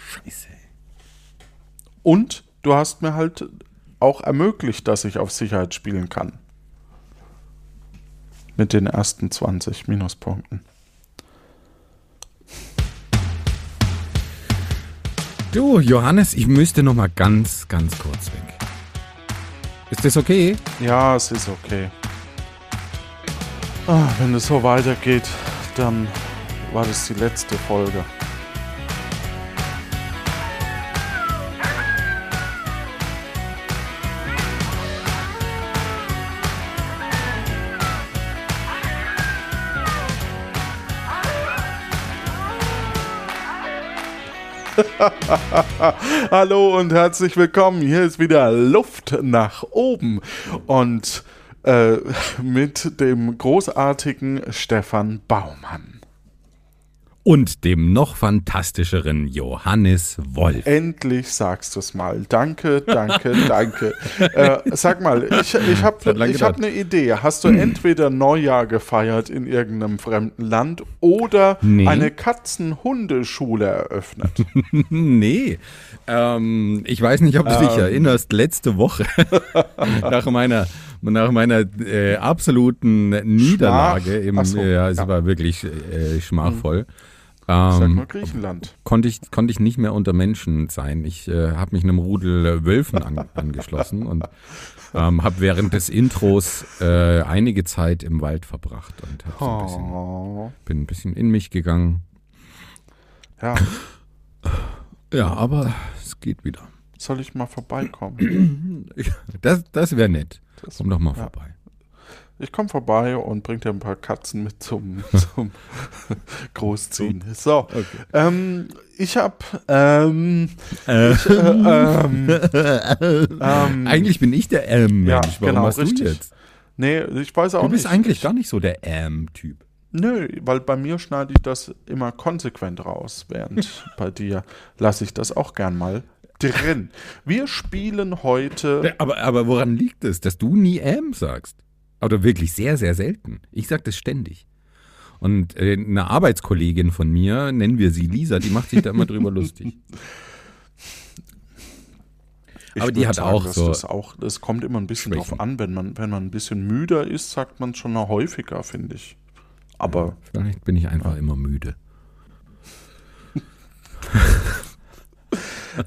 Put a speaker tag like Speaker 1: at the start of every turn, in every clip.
Speaker 1: Scheiße. Und du hast mir halt auch ermöglicht, dass ich auf Sicherheit spielen kann. Mit den ersten 20 Minuspunkten.
Speaker 2: Du, Johannes, ich müsste noch mal ganz, ganz kurz weg. Ist das okay?
Speaker 1: Ja, es ist okay. Ah, wenn es so weitergeht, dann war das die letzte Folge. Hallo und herzlich willkommen. Hier ist wieder Luft nach oben und äh, mit dem großartigen Stefan Baumann.
Speaker 2: Und dem noch fantastischeren Johannes Wolf.
Speaker 1: Endlich sagst du es mal. Danke, danke, danke. Äh, sag mal, ich, ich
Speaker 2: hat
Speaker 1: habe
Speaker 2: lang
Speaker 1: ich hab
Speaker 2: gedauert.
Speaker 1: eine Idee. Hast du entweder Neujahr gefeiert in irgendeinem fremden Land oder
Speaker 2: Nee.
Speaker 1: eine Katzen-Hundeschule eröffnet?
Speaker 2: Nee, ähm, ich weiß nicht, ob du dich erinnerst, letzte Woche nach meiner, nach meiner äh, absoluten Niederlage im,
Speaker 1: Ach so,
Speaker 2: ja, es
Speaker 1: ja.
Speaker 2: war wirklich äh, schmachvoll.
Speaker 1: Sag
Speaker 2: Ähm,
Speaker 1: mal Griechenland.
Speaker 2: konnte ich, konnte ich nicht mehr unter Menschen sein. Ich äh, habe mich einem Rudel äh, Wölfen an, angeschlossen und ähm, habe während des Intros äh, einige Zeit im Wald verbracht und hab so ein bisschen,
Speaker 1: Oh,
Speaker 2: bin ein bisschen in mich gegangen.
Speaker 1: ja.
Speaker 2: Ja, aber Ah, es geht wieder.
Speaker 1: Soll ich mal vorbeikommen?
Speaker 2: Das, das wäre nett.
Speaker 1: Das-
Speaker 2: Komm doch mal
Speaker 1: ja.
Speaker 2: vorbei.
Speaker 1: Ich komme vorbei und bring dir ein paar Katzen mit zum, zum Großziehen. So, ähm, ich habe ähm, ich, äh, ähm, ähm,
Speaker 2: Eigentlich bin ich der Ähm-Mensch.
Speaker 1: Ja,
Speaker 2: Warum
Speaker 1: genau,
Speaker 2: hast du
Speaker 1: richtig.
Speaker 2: jetzt?
Speaker 1: nee, ich weiß auch
Speaker 2: Du bist
Speaker 1: nicht.
Speaker 2: eigentlich gar nicht so der Ähm-Typ.
Speaker 1: Nö, weil bei mir schneide ich das immer konsequent raus, während bei dir lasse ich das auch gern mal drin. Wir spielen heute.
Speaker 2: Aber, aber woran liegt es, dass du nie ähm sagst? Oder wirklich sehr, sehr selten. Ich sag das ständig. Und äh, eine Arbeitskollegin von mir, nennen wir sie Lisa, die macht sich da immer drüber lustig.
Speaker 1: Ich
Speaker 2: aber die
Speaker 1: würd
Speaker 2: hat auch
Speaker 1: dass
Speaker 2: so
Speaker 1: Das auch, es kommt immer ein bisschen
Speaker 2: Schwächen.
Speaker 1: drauf an, wenn man, wenn man ein bisschen müder ist, sagt man schon noch häufiger, finde ich. Aber
Speaker 2: Vielleicht bin ich einfach immer müde.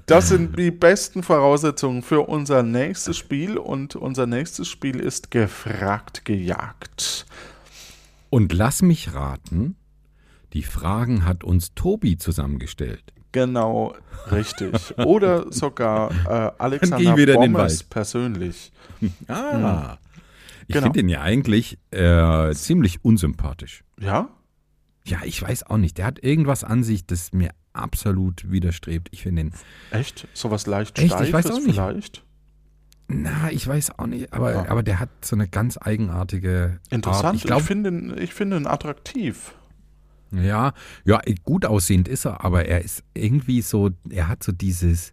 Speaker 1: das sind die besten Voraussetzungen für unser nächstes Spiel und unser nächstes Spiel ist gefragt gejagt.
Speaker 2: Und lass mich raten, die Fragen hat uns Tobi zusammengestellt.
Speaker 1: Genau, richtig. Oder sogar äh, Alexander
Speaker 2: wieder in den
Speaker 1: Bommes
Speaker 2: Wald.
Speaker 1: persönlich.
Speaker 2: Ah. Ich
Speaker 1: Genau.
Speaker 2: finde ihn ja eigentlich äh, ziemlich unsympathisch.
Speaker 1: Ja?
Speaker 2: Ja, ich weiß auch nicht. Der hat irgendwas an sich, das mir absolut widerstrebt. Ich finde ihn
Speaker 1: Echt? Sowas leicht
Speaker 2: Echt? Ich
Speaker 1: steifes
Speaker 2: weiß auch nicht.
Speaker 1: vielleicht?
Speaker 2: Na, ich weiß auch nicht, aber,
Speaker 1: Ja.
Speaker 2: aber der hat so eine ganz eigenartige. Art.
Speaker 1: Interessant.
Speaker 2: Ah, Ich
Speaker 1: Ich,
Speaker 2: glaube,
Speaker 1: finde ihn, ich finde ihn attraktiv.
Speaker 2: ja, ja, gut aussehend ist er, aber er ist irgendwie so, er hat so dieses,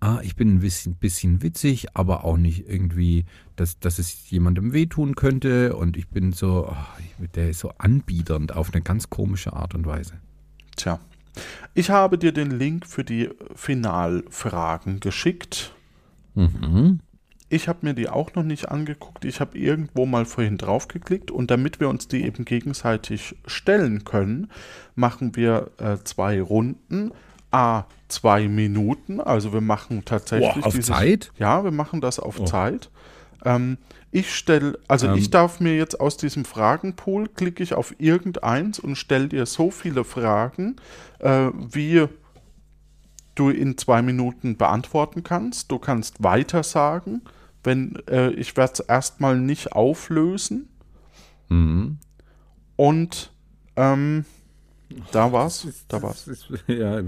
Speaker 2: ah, ich bin ein bisschen, bisschen witzig, aber auch nicht irgendwie, dass, dass es jemandem wehtun könnte und ich bin so, ah, ich- der ist so anbiedernd auf eine ganz komische Art und Weise.
Speaker 1: Tja. Ich habe dir den Link für die Finalfragen geschickt.
Speaker 2: Mhm.
Speaker 1: Ich habe mir die auch noch nicht angeguckt. Ich habe irgendwo mal vorhin draufgeklickt und damit wir uns die eben gegenseitig stellen können, machen wir äh, zwei Runden. A, zwei Minuten. Also wir machen tatsächlich.
Speaker 2: Boah, auf Zeit?
Speaker 1: Ja, wir machen das auf Zeit. Ähm, ich stelle, also
Speaker 2: Oh. Ähm.
Speaker 1: ich darf mir jetzt aus diesem Fragenpool klicke ich auf irgendeins und stelle dir so viele Fragen, äh, wie du in zwei Minuten beantworten kannst. Du kannst weitersagen. Wenn, äh, ich werde es erstmal nicht auflösen.
Speaker 2: Mhm.
Speaker 1: Und ähm, da war's. Da war's.
Speaker 2: Ja,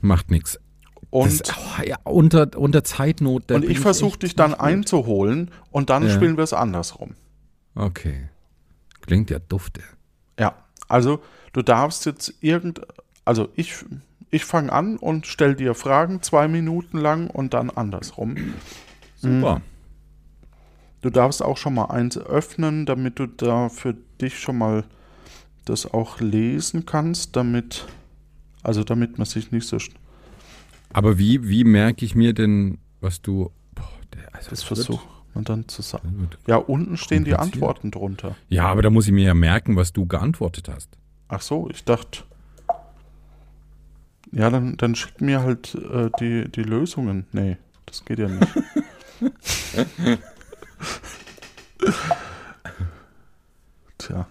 Speaker 2: macht nichts.
Speaker 1: Und,
Speaker 2: Das- oh, ja, unter, unter Zeitnot. da
Speaker 1: und
Speaker 2: bin
Speaker 1: ich versuche
Speaker 2: echt
Speaker 1: dich dann
Speaker 2: nicht gut.
Speaker 1: einzuholen und dann
Speaker 2: Ja.
Speaker 1: spielen wir es andersrum.
Speaker 2: Okay. Klingt ja dufte.
Speaker 1: Ja, also du darfst jetzt irgend, also ich, ich fange an und stell dir Fragen zwei Minuten lang und dann andersrum.
Speaker 2: Super.
Speaker 1: Mhm. Du darfst auch schon mal eins öffnen, damit du da für dich schon mal das auch lesen kannst, damit Also damit man sich nicht so. sch-
Speaker 2: Aber wie, wie merke ich mir denn, was du. Boah, der, also
Speaker 1: Das
Speaker 2: es wird-
Speaker 1: versucht man dann zusammen.
Speaker 2: Gut.
Speaker 1: Ja, unten stehen die
Speaker 2: Kompliziert.
Speaker 1: Antworten drunter.
Speaker 2: Ja, aber da muss ich mir ja merken, was du geantwortet hast.
Speaker 1: Ach so, ich dachte. Ja, dann, dann schickt mir halt äh, die, die Lösungen. Nee, das geht ja nicht. Tja.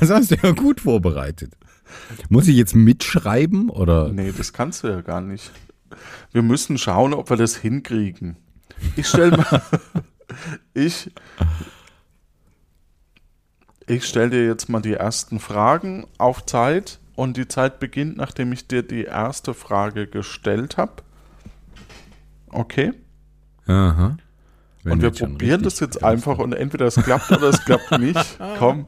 Speaker 2: Das hast du ja gut vorbereitet. Muss ich jetzt mitschreiben oder?
Speaker 1: Nee, das kannst du ja gar nicht. Wir müssen schauen, ob wir das hinkriegen. Ich stelle mal. ich. Ich stelle dir jetzt mal die ersten Fragen auf Zeit und die Zeit beginnt, nachdem ich dir die erste Frage gestellt habe. Okay.
Speaker 2: Aha. Wenn
Speaker 1: und wir
Speaker 2: jetzt schon
Speaker 1: probieren das
Speaker 2: richtig-
Speaker 1: jetzt einfach und entweder es klappt oder es klappt nicht. Komm.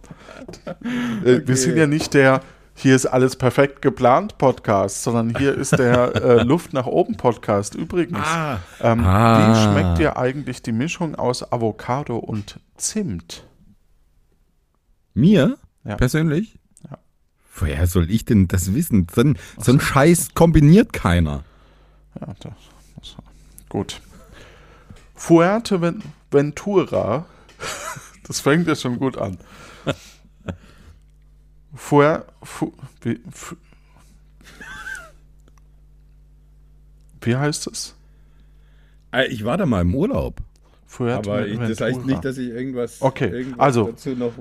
Speaker 1: Äh, Wir sind ja nicht der hier ist alles perfekt geplant Podcast, sondern hier ist der äh, Luft nach oben Podcast. Übrigens,
Speaker 2: Ah.
Speaker 1: ähm, wie
Speaker 2: Ah.
Speaker 1: schmeckt dir eigentlich die Mischung aus Avocado und Zimt?
Speaker 2: Mir?
Speaker 1: Ja.
Speaker 2: Persönlich?
Speaker 1: Ja.
Speaker 2: Woher soll ich denn das wissen? So ein, so ein Scheiß kombiniert keiner.
Speaker 1: Ja, da, das, gut. Fuerteventura. Das fängt ja schon gut an. Fuer, fu, wie, fu, wie heißt es?
Speaker 2: Äh, Ich war da mal im Urlaub. ich irgendwas.
Speaker 1: Okay, also,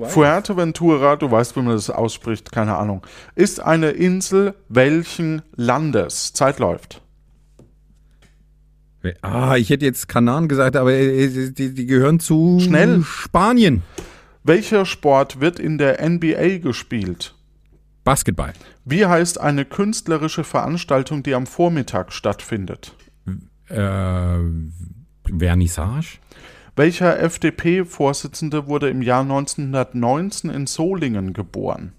Speaker 1: Fuerteventura, du weißt, wie man das ausspricht, keine Ahnung, ist eine Insel welchen Landes? Zeit läuft.
Speaker 2: Ah, ich hätte jetzt Kanaren gesagt, aber äh, die, die gehören zu
Speaker 1: Schnell.
Speaker 2: Spanien.
Speaker 1: Welcher Sport wird in der NBA gespielt?
Speaker 2: Basketball.
Speaker 1: Wie heißt eine künstlerische Veranstaltung, die am Vormittag stattfindet?
Speaker 2: Äh, Vernissage.
Speaker 1: Welcher FDP-Vorsitzende wurde im Jahr 1919 in Solingen geboren?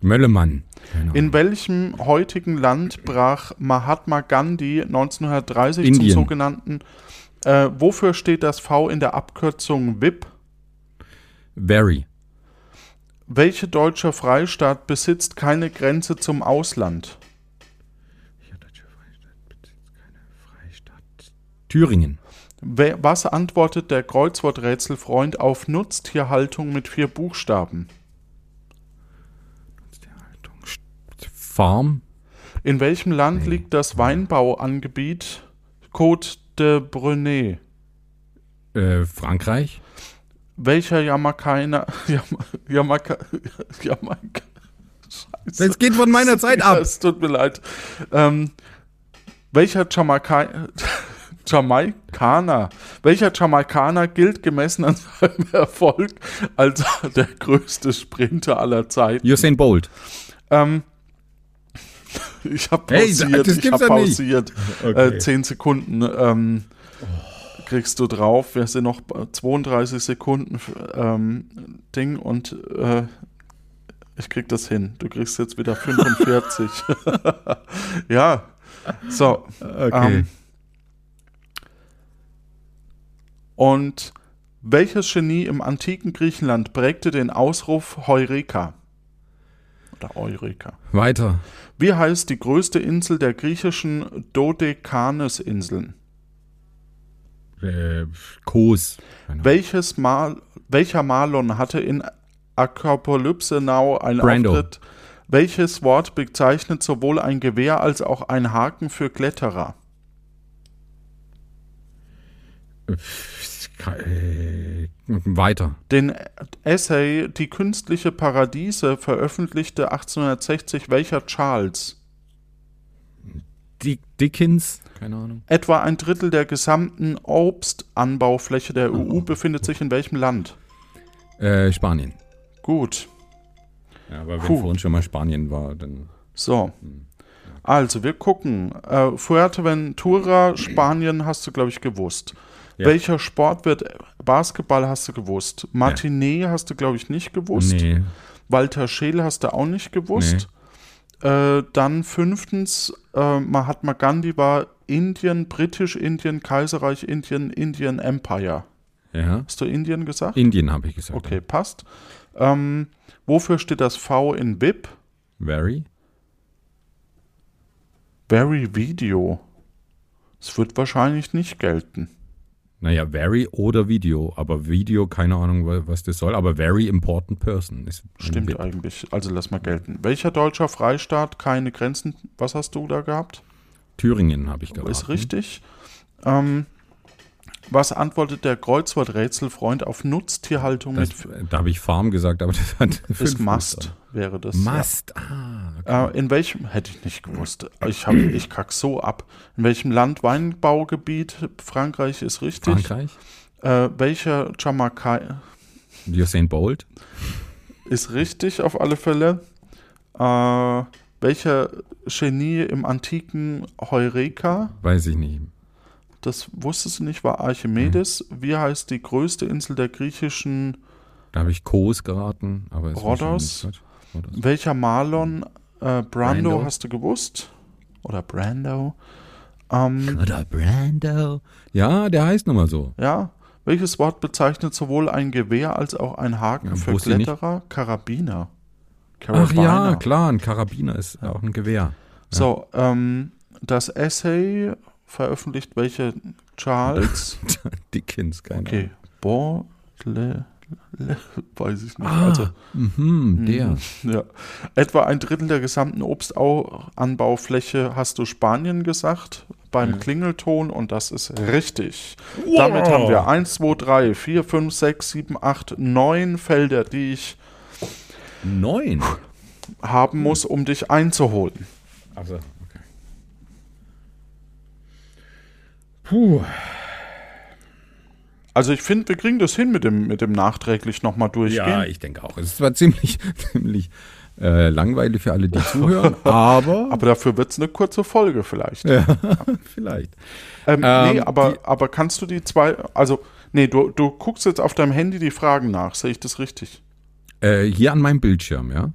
Speaker 2: Möllemann. Keine
Speaker 1: In welchem heutigen Land brach Mahatma Gandhi 1930
Speaker 2: Indien.
Speaker 1: zum sogenannten äh, Wofür steht das V in der Abkürzung WIP?
Speaker 2: Very.
Speaker 1: Welche deutsche Freistaat besitzt keine Grenze zum Ausland?
Speaker 2: Thüringen.
Speaker 1: Wer, was antwortet der Kreuzworträtselfreund auf Nutztierhaltung mit vier Buchstaben?
Speaker 2: Farm.
Speaker 1: In welchem Land liegt das Weinbauangebiet Côte de Brunet?
Speaker 2: Äh, Frankreich.
Speaker 1: Welcher Jamaikaner. Jama, Jamaika, Jamaika. Scheiße.
Speaker 2: Das geht von meiner Zeit ab.
Speaker 1: Es tut mir leid. Ähm, welcher Jamaika, Jamaikaner. Welcher Jamaikaner gilt gemessen an seinem Erfolg als der größte Sprinter aller Zeiten?
Speaker 2: Usain Bolt.
Speaker 1: Ähm, ich habe
Speaker 2: Hey,
Speaker 1: pausiert.
Speaker 2: das
Speaker 1: ich
Speaker 2: gibt's ja
Speaker 1: habe
Speaker 2: nicht.
Speaker 1: pausiert. Äh, 10 Sekunden ähm, kriegst du drauf. Wir sind noch bei 32 Sekunden ähm, Ding und äh, ich krieg das hin. Du kriegst jetzt wieder 45. ja. So.
Speaker 2: Okay.
Speaker 1: Ähm, und welches Genie im antiken Griechenland prägte den Ausruf Heureka? Oder Eureka.
Speaker 2: Weiter.
Speaker 1: Wie heißt die größte Insel der griechischen Dodekanesinseln?
Speaker 2: Äh, Kos. Keine Ahnung.
Speaker 1: Welches Mal, welcher Marlon hatte in Akapolypse Now einen
Speaker 2: Brando.
Speaker 1: Auftritt? Welches Wort bezeichnet sowohl ein Gewehr als auch ein Haken für Kletterer?
Speaker 2: Äh, Weiter.
Speaker 1: Den Essay Die künstliche Paradiese veröffentlichte 1860 welcher Charles?
Speaker 2: Dick, Dickens. Keine Ahnung.
Speaker 1: Etwa ein Drittel der gesamten Obstanbaufläche der EU befindet sich in welchem Land?
Speaker 2: Äh, Spanien.
Speaker 1: Gut.
Speaker 2: Ja, aber wenn
Speaker 1: Puh.
Speaker 2: vorhin schon mal Spanien war, dann.
Speaker 1: So. Also, wir gucken. Äh, Fuerteventura, Spanien hast du, glaube ich, gewusst.
Speaker 2: Ja.
Speaker 1: Welcher Sport wird Basketball hast du gewusst? Matinee hast du, glaube ich, nicht gewusst.
Speaker 2: Nee.
Speaker 1: Walter Scheel hast du auch nicht gewusst. Äh, dann fünftens, äh, Mahatma Gandhi war Indien, Britisch Indien, Kaiserreich Indien, Indian Empire.
Speaker 2: Ja.
Speaker 1: Hast du Indien gesagt?
Speaker 2: Indien habe ich gesagt.
Speaker 1: Okay, passt. Ähm, Wofür steht das V in VIP?
Speaker 2: Very?
Speaker 1: Very Video. Es wird wahrscheinlich nicht gelten.
Speaker 2: Naja, very oder Video. Aber Video, keine Ahnung, wa- was das soll. Aber very important person. Ist ein
Speaker 1: Stimmt
Speaker 2: Bit.
Speaker 1: eigentlich. Also lass mal gelten. Welcher deutscher Freistaat keine Grenzen? Was hast du da gehabt?
Speaker 2: Thüringen habe ich geraten.
Speaker 1: Ist richtig. Ähm, was antwortet der Kreuzworträtselfreund auf Nutztierhaltung
Speaker 2: Das,
Speaker 1: mit
Speaker 2: da habe ich Farm gesagt, aber das hat
Speaker 1: ist
Speaker 2: fünf
Speaker 1: Must
Speaker 2: Buchstaben.
Speaker 1: wäre das.
Speaker 2: Must. Ah, okay.
Speaker 1: Ja. Äh, in welchem hätte ich nicht gewusst. Ich hab, ich kack so ab. In welchem Land Weinbaugebiet Frankreich ist richtig?
Speaker 2: Frankreich.
Speaker 1: Äh, welcher Jamaika
Speaker 2: Usain Bolt.
Speaker 1: ist richtig auf alle Fälle? Äh, welcher Genie im antiken Heureka?
Speaker 2: Weiß ich nicht.
Speaker 1: Das wusstest du nicht, war Archimedes.
Speaker 2: Mhm.
Speaker 1: Wie heißt die größte Insel der griechischen
Speaker 2: Da habe ich Kos geraten. Aber es war schon
Speaker 1: Rhodos.
Speaker 2: nicht was. Rhodos.
Speaker 1: Welcher Marlon äh, Brando,
Speaker 2: Brando.
Speaker 1: hast du gewusst? Oder Brando? Ähm,
Speaker 2: Oder Brando. Ja, der heißt nun mal so.
Speaker 1: ja. Welches Wort bezeichnet sowohl ein Gewehr als auch ein Haken
Speaker 2: Ja,
Speaker 1: für
Speaker 2: wusste ich nicht.
Speaker 1: Kletterer? Karabiner.
Speaker 2: Ach ja,
Speaker 1: Carabiner.
Speaker 2: klar, ein Karabiner ist auch ein Gewehr.
Speaker 1: So, ähm, das Essay veröffentlicht welcher Charles?
Speaker 2: Dickens, keine
Speaker 1: Okay,
Speaker 2: Ahnung.
Speaker 1: Baudelaire, weiß ich nicht.
Speaker 2: Ah,
Speaker 1: Also,
Speaker 2: mhm, der.
Speaker 1: Ja. Etwa ein Drittel der gesamten Obstanbaufläche hast du Spanien gesagt beim
Speaker 2: Mhm.
Speaker 1: Klingelton und das ist richtig. Damit haben wir 1, 2, 3, 4, 5, 6, 7, 8, 9 Felder, die ich
Speaker 2: Neun.
Speaker 1: haben muss, um dich einzuholen.
Speaker 2: Also, okay. Puh.
Speaker 1: Also ich finde, wir kriegen das hin mit dem, mit dem nachträglich nochmal durchgehen.
Speaker 2: Ja, ich denke auch. Es ist zwar ziemlich, ziemlich äh, langweilig für alle, die zuhören, aber,
Speaker 1: aber dafür wird es eine kurze Folge vielleicht.
Speaker 2: vielleicht.
Speaker 1: Ähm,
Speaker 2: Ähm,
Speaker 1: nee, aber, aber kannst du die zwei, also, nee, du, du guckst jetzt auf deinem Handy die Fragen nach, sehe ich das richtig?
Speaker 2: Äh, hier an meinem Bildschirm, ja.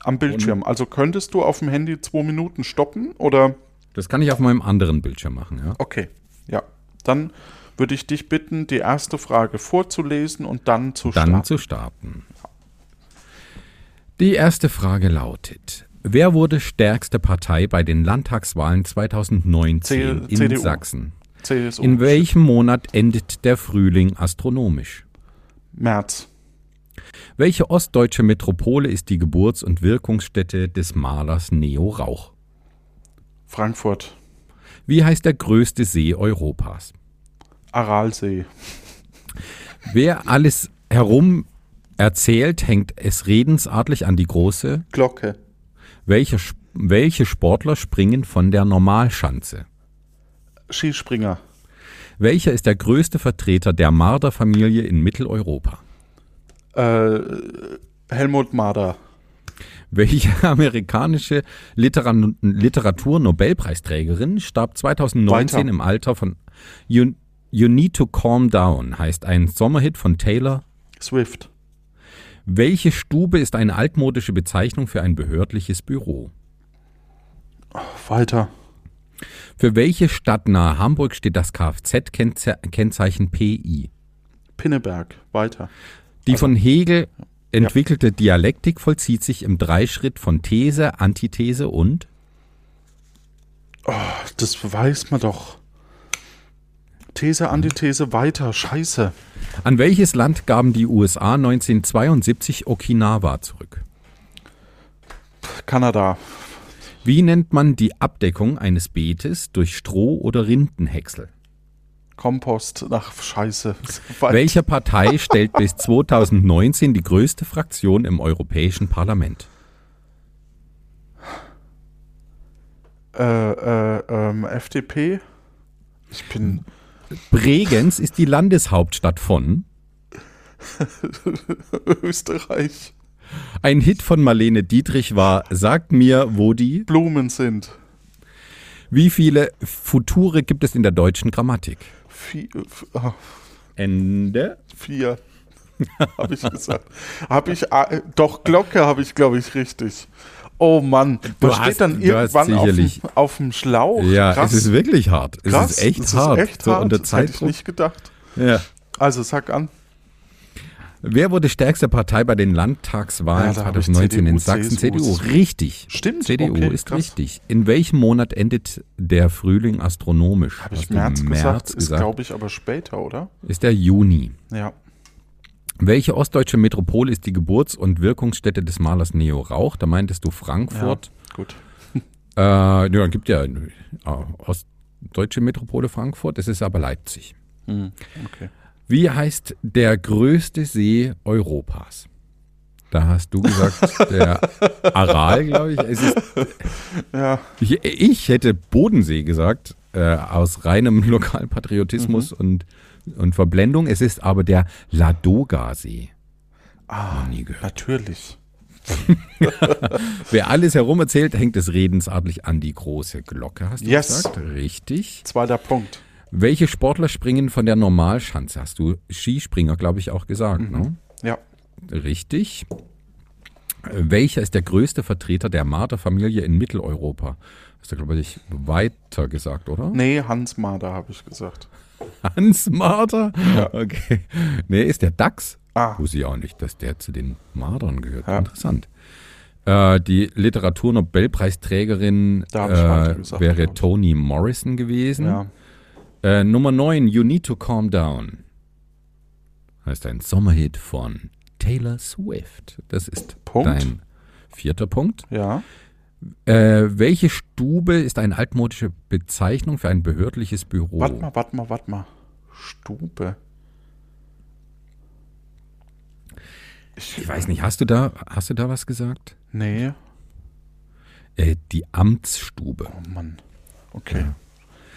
Speaker 1: Am Bildschirm. Also könntest du auf dem Handy zwei Minuten stoppen oder?
Speaker 2: Das kann ich auf meinem anderen Bildschirm machen, ja.
Speaker 1: Okay. Ja. Dann würde ich dich bitten, die erste Frage vorzulesen und dann zu
Speaker 2: Dann
Speaker 1: starten.
Speaker 2: zu starten. Die erste Frage lautet: Wer wurde stärkste Partei bei den Landtagswahlen 2019
Speaker 1: C-
Speaker 2: in
Speaker 1: CDU.
Speaker 2: Sachsen?
Speaker 1: CSU.
Speaker 2: In welchem Monat endet der Frühling astronomisch?
Speaker 1: März.
Speaker 2: Welche ostdeutsche Metropole ist die Geburts- und Wirkungsstätte des Malers Neo Rauch?
Speaker 1: Frankfurt.
Speaker 2: Wie heißt der größte See Europas?
Speaker 1: Aralsee.
Speaker 2: Wer alles herum erzählt, hängt es redensartlich an die große
Speaker 1: Glocke.
Speaker 2: Welche, Sp- welche Sportler springen von der Normalschanze?
Speaker 1: Skispringer.
Speaker 2: Welcher ist der größte Vertreter der Marder-Familie in Mitteleuropa?
Speaker 1: Äh, Helmut Mader.
Speaker 2: Welche amerikanische Literan Literatur-Nobelpreisträgerin starb 2019
Speaker 1: Weiter.
Speaker 2: im Alter von you, you Need to Calm Down, heißt ein Sommerhit von Taylor.
Speaker 1: Swift.
Speaker 2: Welche Stube ist eine altmodische Bezeichnung für ein behördliches Büro?
Speaker 1: Weiter.
Speaker 2: Für welche Stadt nahe Hamburg steht das Kfz-Kennzeichen PI?
Speaker 1: Pinneberg. Weiter.
Speaker 2: Die von Hegel entwickelte Dialektik vollzieht sich im Dreischritt von These, Antithese und
Speaker 1: Das weiß man doch. These, Antithese, weiter. Scheiße.
Speaker 2: an welches Land gaben die USA 1972 Okinawa zurück?
Speaker 1: Kanada.
Speaker 2: Wie nennt man die Abdeckung eines Beetes durch Stroh- oder Rindenhäcksel?
Speaker 1: Kompost. Ach, scheiße. Weit-
Speaker 2: Welche Partei stellt bis 2019 die größte Fraktion im Europäischen Parlament?
Speaker 1: Äh, äh, ähm, FDP? Ich bin.
Speaker 2: Bregenz ist die Landeshauptstadt von
Speaker 1: Österreich.
Speaker 2: Ein Hit von Marlene Dietrich war Sagt mir, wo die
Speaker 1: Blumen sind.
Speaker 2: Wie viele Future gibt es in der deutschen Grammatik?
Speaker 1: Vier. f- ah,
Speaker 2: Ende.
Speaker 1: vier. habe ich gesagt. Habe ich. ah, Doch, Glocke habe ich, glaube ich, richtig. Oh Mann.
Speaker 2: Du
Speaker 1: Man steht
Speaker 2: hast-
Speaker 1: dann
Speaker 2: du hast
Speaker 1: irgendwann auf dem,
Speaker 2: sicherlich-
Speaker 1: auf dem Schlauch.
Speaker 2: Ja,
Speaker 1: krass,
Speaker 2: es ist wirklich hart. Es
Speaker 1: krass.
Speaker 2: ist echt
Speaker 1: Es
Speaker 2: hart.
Speaker 1: Ist echt
Speaker 2: So
Speaker 1: hart.
Speaker 2: unter
Speaker 1: das hätte ich Also
Speaker 2: Zeitdruck.
Speaker 1: nicht gedacht.
Speaker 2: Ja.
Speaker 1: Also, sag an.
Speaker 2: Wer wurde stärkste Partei bei den Landtagswahlen
Speaker 1: Ja, da hab ich
Speaker 2: 2019 in
Speaker 1: CDU,
Speaker 2: Sachsen? CDU.
Speaker 1: CSU.
Speaker 2: Richtig.
Speaker 1: Stimmt,
Speaker 2: CDU
Speaker 1: okay,
Speaker 2: ist
Speaker 1: krass.
Speaker 2: richtig. In welchem Monat endet der Frühling astronomisch?
Speaker 1: Habe
Speaker 2: Hast
Speaker 1: ich
Speaker 2: du
Speaker 1: März, gesagt? Ist,
Speaker 2: gesagt?
Speaker 1: glaube ich, aber später, oder?
Speaker 2: ist der Juni.
Speaker 1: Ja.
Speaker 2: Welche ostdeutsche Metropole ist die Geburts- und Wirkungsstätte des Malers Neo Rauch? Da meintest du Frankfurt.
Speaker 1: Ja, gut.
Speaker 2: Ja. Äh, ja, gibt ja äh, ostdeutsche Metropole Frankfurt, es ist aber Leipzig.
Speaker 1: Hm, okay.
Speaker 2: Wie heißt der größte See Europas? Da hast du gesagt, der Aral, glaube ich. Es ist,
Speaker 1: Ja,
Speaker 2: ich, ich hätte Bodensee gesagt, äh, aus reinem Lokalpatriotismus
Speaker 1: Mhm.
Speaker 2: und, und Verblendung. Es ist aber der Ladoga-See.
Speaker 1: Ah,
Speaker 2: Noch nie gehört.
Speaker 1: natürlich.
Speaker 2: Wer alles herum erzählt, hängt es redensartlich an die große Glocke, hast du
Speaker 1: Yes.
Speaker 2: gesagt? Richtig.
Speaker 1: Zweiter Punkt.
Speaker 2: Welche Sportler springen von der Normalschanze? Hast du Skispringer, glaube ich, auch gesagt, ne?
Speaker 1: Ja.
Speaker 2: Richtig. Welcher ist der größte Vertreter der Marder-Familie in Mitteleuropa? Hast du, glaube ich, weiter gesagt, oder?
Speaker 1: Nee, Hans Mader habe ich gesagt.
Speaker 2: Hans Marder? Okay. Nee, ist der Dachs.
Speaker 1: Ah.
Speaker 2: Wusste ich auch nicht, dass der zu den Mardern gehört.
Speaker 1: Ja.
Speaker 2: Interessant. Äh, die Literaturnobelpreisträgerin
Speaker 1: Da hab ich weiter
Speaker 2: äh,
Speaker 1: gesagt,
Speaker 2: wäre
Speaker 1: glaub ich.
Speaker 2: Toni Morrison gewesen.
Speaker 1: Ja.
Speaker 2: Äh, Nummer 9, You Need to Calm Down. Heißt ein Sommerhit von Taylor Swift. Das ist
Speaker 1: Punkt.
Speaker 2: dein vierter Punkt.
Speaker 1: Ja.
Speaker 2: Äh, welche Stube ist eine altmodische Bezeichnung für ein behördliches Büro?
Speaker 1: Warte mal, warte mal, warte mal. Stube.
Speaker 2: Ich weiß nicht, hast du da, hast du da was gesagt?
Speaker 1: Nee.
Speaker 2: Äh, die Amtsstube.
Speaker 1: Oh Mann. Okay.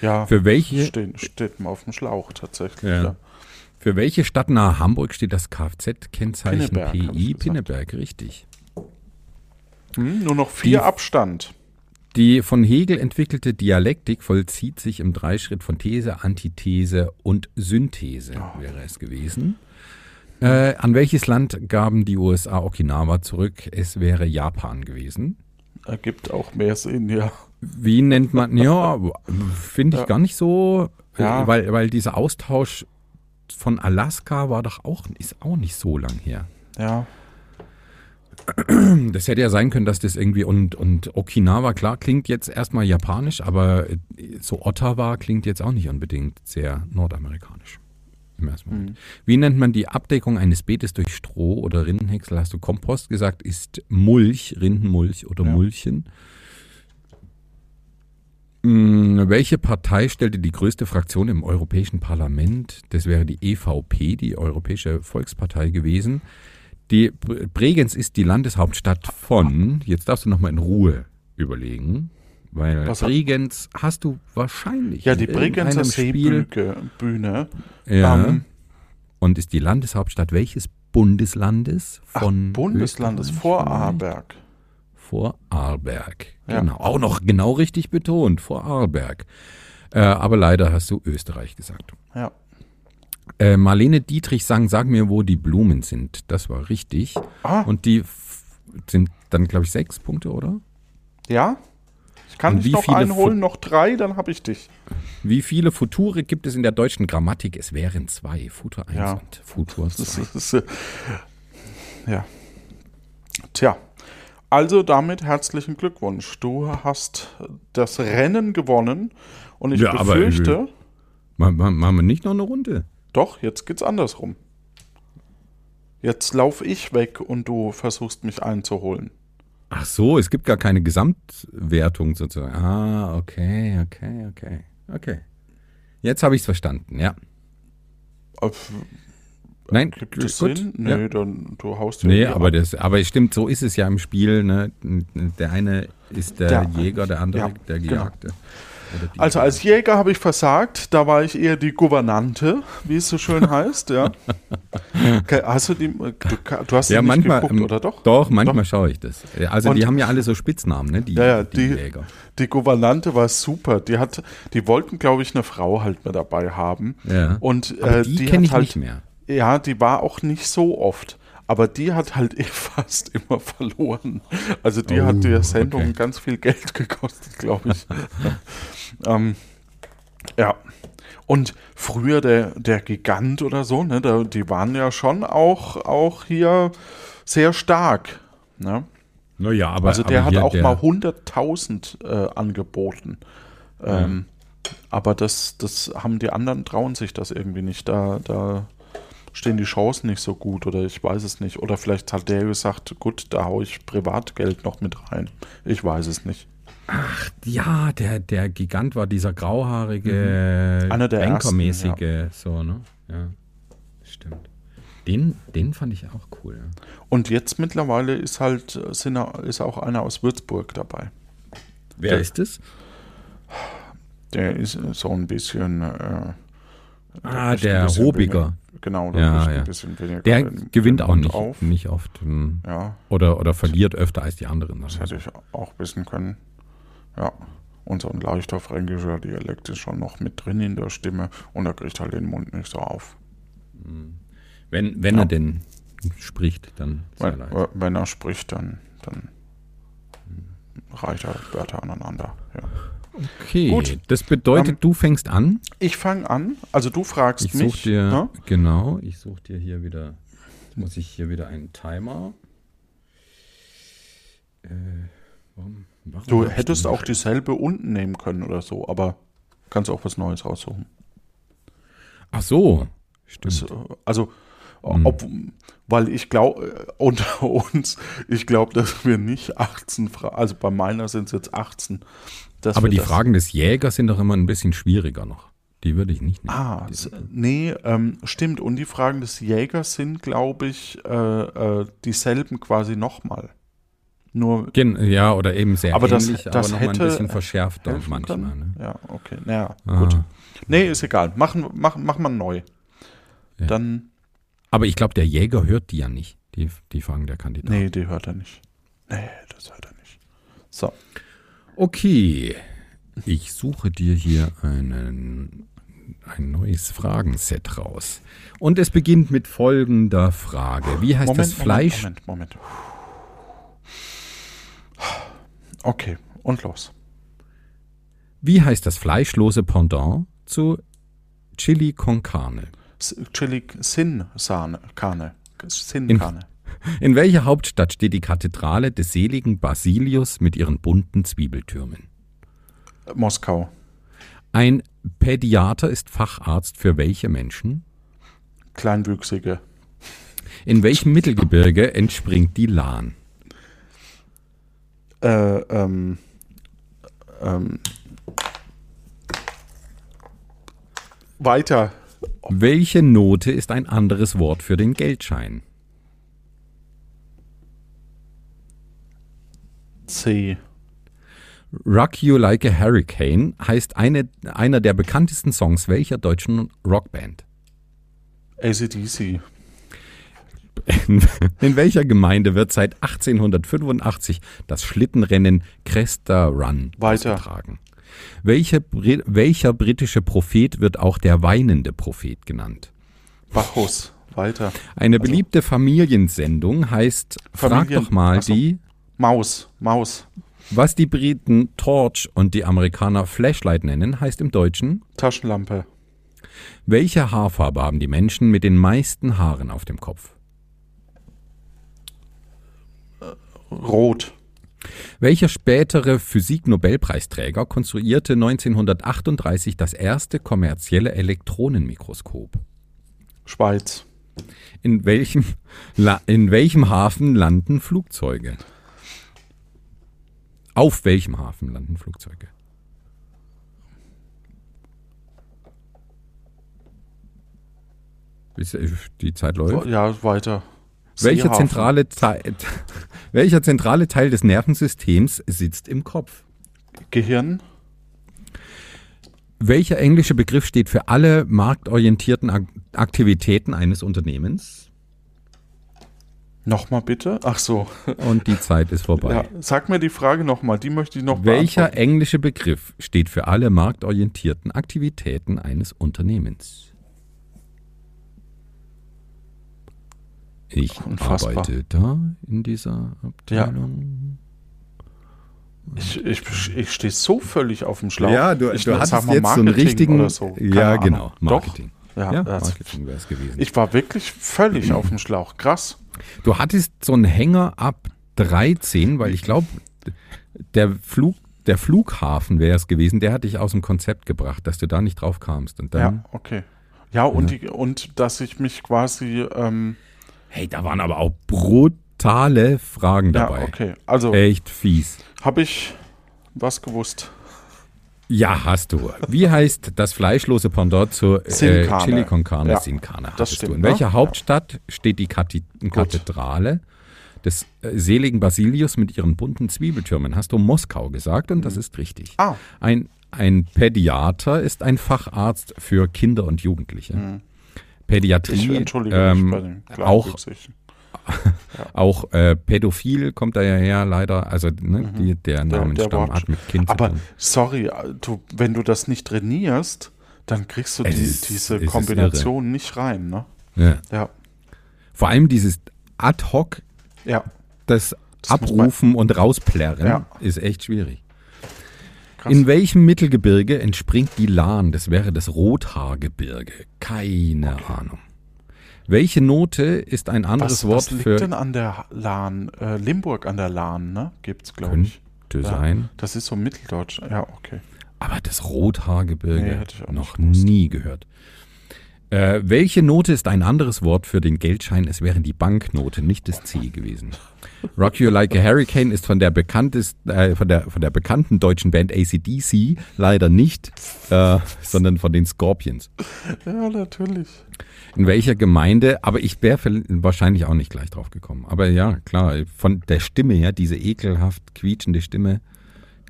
Speaker 1: Ja,
Speaker 2: Für welche,
Speaker 1: stehen, steht mal auf dem Schlauch tatsächlich.
Speaker 2: Ja.
Speaker 1: Ja.
Speaker 2: für welche Stadt nahe Hamburg steht das Kfz-Kennzeichen
Speaker 1: Pinneberg, hab ich
Speaker 2: PI?
Speaker 1: gesagt.
Speaker 2: Pinneberg, richtig.
Speaker 1: Hm, nur noch vier
Speaker 2: Die-
Speaker 1: Abstand.
Speaker 2: Die von Hegel entwickelte Dialektik vollzieht sich im Dreischritt von These, Antithese und Synthese,
Speaker 1: Oh.
Speaker 2: wäre es gewesen. Äh, an welches Land gaben die USA Okinawa zurück? Es wäre Japan gewesen.
Speaker 1: Ergibt auch mehr Sinn, ja.
Speaker 2: Wie nennt man, ja, finde ich
Speaker 1: Ja.
Speaker 2: gar nicht so, äh,
Speaker 1: Ja.
Speaker 2: weil, weil dieser Austausch von Alaska war doch auch, ist auch nicht so lang her.
Speaker 1: Ja.
Speaker 2: Das hätte ja sein können, dass das irgendwie und, und Okinawa, klar, klingt jetzt erstmal japanisch, aber so Ottawa klingt jetzt auch nicht unbedingt sehr nordamerikanisch. Im ersten Moment. Wie nennt man die Abdeckung eines Beetes durch Stroh oder Rindenhäcksel? Hast du Kompost gesagt? Ist Mulch, Rindenmulch oder
Speaker 1: Ja.
Speaker 2: Mulchen? Hm, Welche Partei stellte die größte Fraktion im Europäischen Parlament? Das wäre die EVP, die Europäische Volkspartei gewesen. Die Bre- Bregenz ist die Landeshauptstadt von. Jetzt darfst du noch mal in Ruhe überlegen, weil
Speaker 1: Was hat-
Speaker 2: Bregenz hast du wahrscheinlich.
Speaker 1: Ja, die
Speaker 2: in irgendeinem
Speaker 1: Bregenzer
Speaker 2: Spiel.
Speaker 1: Seebühne.
Speaker 2: Ja.
Speaker 1: ähm,
Speaker 2: Und ist die Landeshauptstadt welches Bundeslandes
Speaker 1: Ach,
Speaker 2: von
Speaker 1: Bundeslandes
Speaker 2: Österreich?
Speaker 1: Vorarlberg.
Speaker 2: Vorarlberg.
Speaker 1: Ja.
Speaker 2: Genau. Auch noch genau richtig betont. Vorarlberg. Äh, aber leider hast du Österreich gesagt.
Speaker 1: Ja.
Speaker 2: Äh, Marlene Dietrich sang, sag mir, wo die Blumen sind. Das war richtig.
Speaker 1: Ah.
Speaker 2: Und die f- sind dann, glaube ich, sechs Punkte, oder?
Speaker 1: Ja? Ich kann
Speaker 2: Und
Speaker 1: dich
Speaker 2: wie
Speaker 1: noch
Speaker 2: viele
Speaker 1: einen
Speaker 2: Fu-
Speaker 1: holen, noch drei, dann habe ich dich.
Speaker 2: Wie viele Future gibt es in der deutschen Grammatik? Es wären zwei. Futur 1
Speaker 1: Ja.
Speaker 2: und Futur 2.
Speaker 1: Das ist, das ist, äh, ja. Tja. Also damit herzlichen Glückwunsch. Du hast das Rennen gewonnen und ich
Speaker 2: Ja, aber, äh,
Speaker 1: befürchte,
Speaker 2: Ma- ma- Machen wir nicht noch eine Runde?
Speaker 1: doch, jetzt geht's andersrum. Jetzt lauf ich weg und du versuchst mich einzuholen.
Speaker 2: Ach so, es gibt gar keine Gesamtwertung sozusagen. Ah, okay, okay, okay. Okay. Jetzt habe ich es verstanden, ja.
Speaker 1: Äh,
Speaker 2: Nein,
Speaker 1: Gibt
Speaker 2: ist
Speaker 1: es
Speaker 2: gut.
Speaker 1: Sinn?
Speaker 2: ja.
Speaker 1: Nee, dann du haust
Speaker 2: Nee,
Speaker 1: irgendwie
Speaker 2: aber
Speaker 1: ab.
Speaker 2: das, aber es stimmt, so ist es ja im Spiel. Ne? Der eine ist der,
Speaker 1: Der-
Speaker 2: Jäger, der andere
Speaker 1: ja,
Speaker 2: der
Speaker 1: genau.
Speaker 2: Gejagte. Oder die-
Speaker 1: Also als Jäger habe ich versagt, da war ich eher die Gouvernante, wie es so schön heißt, ja. Okay, Hast du die, du, du hast
Speaker 2: ja,
Speaker 1: die nicht
Speaker 2: manchmal,
Speaker 1: geguckt,
Speaker 2: ähm,
Speaker 1: oder doch?
Speaker 2: Doch, manchmal schaue ich das. Ja, Also die
Speaker 1: Und-
Speaker 2: haben ja alle so Spitznamen, ne? Die,
Speaker 1: Ja, ja, die-
Speaker 2: Jäger.
Speaker 1: Die Gouvernante war super. Die hat, die wollten, glaube ich, eine Frau halt mit dabei haben.
Speaker 2: Ja.
Speaker 1: Und
Speaker 2: Aber
Speaker 1: äh,
Speaker 2: die
Speaker 1: die,
Speaker 2: kenne
Speaker 1: hat
Speaker 2: ich
Speaker 1: halt,
Speaker 2: nicht mehr.
Speaker 1: Ja, die war auch nicht so oft. Aber die hat halt eh fast immer verloren. Also die
Speaker 2: Oh,
Speaker 1: hat der Sendung
Speaker 2: okay.
Speaker 1: ganz viel Geld gekostet, glaube ich. ähm, Ja. Und früher der, der Gigant oder so, ne, da, die waren ja schon auch, auch hier sehr stark. Ne?
Speaker 2: Naja, aber.
Speaker 1: also der
Speaker 2: aber
Speaker 1: hat
Speaker 2: hier
Speaker 1: auch
Speaker 2: der-
Speaker 1: mal 100.000 äh, angeboten. Ähm, Aber das, das haben die anderen, trauen sich das irgendwie nicht. Da, da stehen die Chancen nicht so gut oder ich weiß es nicht. Oder vielleicht hat der gesagt, gut, da hau ich Privatgeld noch mit rein. Ich weiß es nicht.
Speaker 2: Ja, der, der Gigant war dieser grauhaarige,
Speaker 1: Mhm. Einer der
Speaker 2: Bankermäßige, so, ne? Ja, stimmt. Den, den fand ich auch cool. ja.
Speaker 1: Und jetzt mittlerweile ist halt sind, auch- ist auch einer aus Würzburg dabei.
Speaker 2: Wer
Speaker 1: Der-
Speaker 2: ist es?
Speaker 1: Der ist äh, so ein bisschen. Äh,
Speaker 2: Ah,
Speaker 1: ist ein
Speaker 2: der
Speaker 1: bisschen
Speaker 2: Hobiger.
Speaker 1: Weniger, genau, da
Speaker 2: Ja,
Speaker 1: ist
Speaker 2: ja.
Speaker 1: ein bisschen weniger.
Speaker 2: Der
Speaker 1: im-
Speaker 2: gewinnt
Speaker 1: im
Speaker 2: auch
Speaker 1: Mund
Speaker 2: nicht,
Speaker 1: Auf.
Speaker 2: nicht oft. hm.
Speaker 1: Ja,
Speaker 2: Oder, oder verliert öfter als die anderen. Also,
Speaker 1: das hätte ich auch wissen können. Ja. Und so ein leichter fränkischer Dialekt ist schon noch mit drin in der Stimme und er kriegt halt den Mund nicht so auf.
Speaker 2: Wenn, wenn
Speaker 1: Ja.
Speaker 2: er denn spricht, dann ist er
Speaker 1: Wenn,
Speaker 2: leid.
Speaker 1: äh, wenn er spricht, dann, dann reicht er Wörter aneinander. Ja.
Speaker 2: Okay,
Speaker 1: Gut.
Speaker 2: das bedeutet,
Speaker 1: Ähm,
Speaker 2: du fängst an.
Speaker 1: Ich fange an, also du fragst
Speaker 2: Ich
Speaker 1: mich.
Speaker 2: suche dir,
Speaker 1: ne?
Speaker 2: genau, ich suche dir hier wieder, jetzt muss ich hier wieder einen Timer. Äh, warum, warum
Speaker 1: Du
Speaker 2: hab ich
Speaker 1: hättest
Speaker 2: den
Speaker 1: auch dieselbe unten nehmen können oder so, aber kannst auch was Neues raussuchen.
Speaker 2: nicht? Ach so, stimmt.
Speaker 1: Das, äh, also,
Speaker 2: Hm.
Speaker 1: ob, weil ich glaube, unter uns, ich glaube, dass wir nicht 18 Fragen, also bei meiner sind es jetzt 18. dass
Speaker 2: Aber
Speaker 1: wir
Speaker 2: die
Speaker 1: das-
Speaker 2: Fragen des Jägers sind doch immer ein bisschen schwieriger noch. Die würde ich nicht nehmen.
Speaker 1: Ah,
Speaker 2: Die-
Speaker 1: s- nee, ähm, stimmt. Und die Fragen des Jägers sind, glaube ich, äh, äh, dieselben quasi nochmal. Nur
Speaker 2: Gen ja, oder eben sehr
Speaker 1: Aber das-
Speaker 2: ähnlich,
Speaker 1: das
Speaker 2: aber noch mal
Speaker 1: hätte
Speaker 2: ein bisschen verschärft dann
Speaker 1: helfen
Speaker 2: manchmal.
Speaker 1: können?
Speaker 2: Ne?
Speaker 1: Ja, okay. Naja,
Speaker 2: Ah.
Speaker 1: gut. Nee, ist egal. Machen, machen, machen wir neu.
Speaker 2: Ja.
Speaker 1: Dann
Speaker 2: Aber ich glaube, der Jäger hört die ja nicht, die, die Fragen der Kandidaten.
Speaker 1: Nee, die hört er nicht. Nee, das hört er nicht. So,
Speaker 2: Okay, ich suche dir hier einen, ein neues Fragenset raus. Und es beginnt mit folgender Frage. Wie heißt das Fleisch?
Speaker 1: Moment, Moment, Moment. Okay, und los.
Speaker 2: Wie heißt das fleischlose Pendant zu Chili con Carne?
Speaker 1: S- Chili Sin-Sahne, Karne. Sin-Karne.
Speaker 2: In welcher Hauptstadt steht die Kathedrale des seligen Basilius mit ihren bunten Zwiebeltürmen?
Speaker 1: Äh, Moskau.
Speaker 2: Ein Pädiater ist Facharzt für welche Menschen?
Speaker 1: Kleinwüchsige.
Speaker 2: In welchem Mittelgebirge entspringt die Lahn?
Speaker 1: Äh, ähm, ähm. Weiter.
Speaker 2: Welche Note ist ein anderes Wort für den Geldschein?
Speaker 1: C.
Speaker 2: Rock You Like a Hurricane heißt eine, einer der bekanntesten Songs welcher deutschen Rockband?
Speaker 1: ACDC.
Speaker 2: In welcher Gemeinde wird seit 1885 das Schlittenrennen Cresta Run
Speaker 1: Weiter.
Speaker 2: ausgetragen? Welche, Bri- welcher britische Prophet wird auch der weinende Prophet genannt?
Speaker 1: Bacchus. Weiter.
Speaker 2: Eine beliebte Familiensendung heißt Frag
Speaker 1: Also. Familien-
Speaker 2: doch mal
Speaker 1: Ach so.
Speaker 2: die,
Speaker 1: Maus. Maus.
Speaker 2: was die Briten Torch und die Amerikaner Flashlight nennen, heißt im Deutschen
Speaker 1: Taschenlampe.
Speaker 2: Welche Haarfarbe haben die Menschen mit den meisten Haaren auf dem Kopf?
Speaker 1: Rot.
Speaker 2: Welcher spätere Physiknobelpreisträger konstruierte 1938 das erste kommerzielle Elektronenmikroskop?
Speaker 1: Schweiz.
Speaker 2: In welchem, La in welchem Hafen landen Flugzeuge? Auf welchem Hafen landen Flugzeuge? Ist, äh, Die Zeit läuft.
Speaker 1: Ja, weiter.
Speaker 2: Welcher
Speaker 1: Seehafen.
Speaker 2: zentrale, Teil, welcher zentrale Teil des Nervensystems sitzt im Kopf?
Speaker 1: Gehirn,
Speaker 2: Welcher englische Begriff steht für alle marktorientierten Ak- Aktivitäten eines Unternehmens?
Speaker 1: nochmal bitte. Ach so.
Speaker 2: Und die Zeit ist vorbei.
Speaker 1: Ja, sag mir die Frage nochmal, die möchte ich noch
Speaker 2: Welcher englische Begriff steht für alle marktorientierten Aktivitäten eines Unternehmens? Ich
Speaker 1: Unfassbar.
Speaker 2: arbeite da in dieser
Speaker 1: Ja.
Speaker 2: Abteilung.
Speaker 1: beantworten. Ich, ich, ich stehe so völlig auf dem Schlauch.
Speaker 2: Ja, du,
Speaker 1: ich
Speaker 2: du
Speaker 1: sag
Speaker 2: hattest
Speaker 1: mal
Speaker 2: jetzt so einen
Speaker 1: Marketing
Speaker 2: richtigen.
Speaker 1: Oder so. Keine
Speaker 2: ja,
Speaker 1: Ahnung.
Speaker 2: genau. Marketing.
Speaker 1: Doch? Ja,
Speaker 2: Ja,
Speaker 1: das-
Speaker 2: Marketing wäre es gewesen.
Speaker 1: Ich war wirklich völlig auf dem Schlauch. Krass.
Speaker 2: Du hattest so einen Hänger ab 13, weil ich glaube, der Flug, der Flughafen wäre es gewesen, der hat dich aus dem Konzept gebracht, dass du da nicht drauf kamst. Und dann,
Speaker 1: Ja, okay. Ja, und, Die, und dass ich mich quasi. Ähm,
Speaker 2: hey, da waren aber auch brutale Fragen
Speaker 1: ja,
Speaker 2: dabei. Äh.
Speaker 1: okay. Also
Speaker 2: Echt fies.
Speaker 1: habe ich was gewusst.
Speaker 2: Ja, hast du. Wie heißt das fleischlose Pendant zur
Speaker 1: Sin
Speaker 2: äh,
Speaker 1: Carne.
Speaker 2: Chili con Carne?
Speaker 1: Ja,
Speaker 2: Sin Carne
Speaker 1: das
Speaker 2: hattest
Speaker 1: stimmt,
Speaker 2: du. In
Speaker 1: ne?
Speaker 2: welcher Hauptstadt steht die Kati- Kathedrale des äh, seligen Basilius mit ihren bunten Zwiebeltürmen? Hast du Moskau gesagt und das ist richtig.
Speaker 1: Ah.
Speaker 2: Ein, ein Pädiater ist ein Facharzt für Kinder und Jugendliche.
Speaker 1: Mhm. Ich
Speaker 2: Pädiatrie,
Speaker 1: entschuldige mich bei
Speaker 2: ähm,
Speaker 1: den kleinen
Speaker 2: auch
Speaker 1: Rücksichten.
Speaker 2: auch äh, pädophil kommt da ja her, leider. Also ne, die, der
Speaker 1: Mhm. Der-
Speaker 2: Name
Speaker 1: der
Speaker 2: stammt-
Speaker 1: Wortsch-
Speaker 2: hat mit Kind zu
Speaker 1: Aber
Speaker 2: tun.
Speaker 1: sorry, äh, du, wenn du das nicht trainierst, dann kriegst du
Speaker 2: Es
Speaker 1: die,
Speaker 2: ist- es
Speaker 1: diese
Speaker 2: ist
Speaker 1: Kombination nicht rein, ne?
Speaker 2: Ja.
Speaker 1: Ja,
Speaker 2: Vor allem dieses ad hoc
Speaker 1: ja,
Speaker 2: das,
Speaker 1: Das muss man-
Speaker 2: Abrufen und Rausplärren
Speaker 1: Ja.
Speaker 2: ist echt schwierig.
Speaker 1: krass.
Speaker 2: In welchem Mittelgebirge entspringt die Lahn? Das wäre das Rothaargebirge. Keine Ahnung. Welche Note ist ein anderes
Speaker 1: was,
Speaker 2: Wort
Speaker 1: was liegt
Speaker 2: für
Speaker 1: denn an der Lahn? Äh, Limburg an der Lahn, ne? Gibt's, glaube ich.
Speaker 2: könnte
Speaker 1: Ja,
Speaker 2: sein?
Speaker 1: Das ist so Mitteldeutsch. Ja, okay.
Speaker 2: Aber das Rothaargebirge
Speaker 1: Nee, hätte ich auch
Speaker 2: noch
Speaker 1: nicht gewusst.
Speaker 2: nie gehört. Äh, welche Note ist ein anderes Wort für den Geldschein? Es wäre die Banknote, nicht das C gewesen. Rock You Like a Hurricane ist von der, bekanntest, äh, von der, von der bekannten deutschen Band ACDC leider nicht, äh, sondern von den Scorpions.
Speaker 1: Ja, natürlich.
Speaker 2: In welcher Gemeinde, aber ich wäre verl- wahrscheinlich auch nicht gleich drauf gekommen. Aber ja, klar, von der Stimme her, diese ekelhaft quietschende Stimme,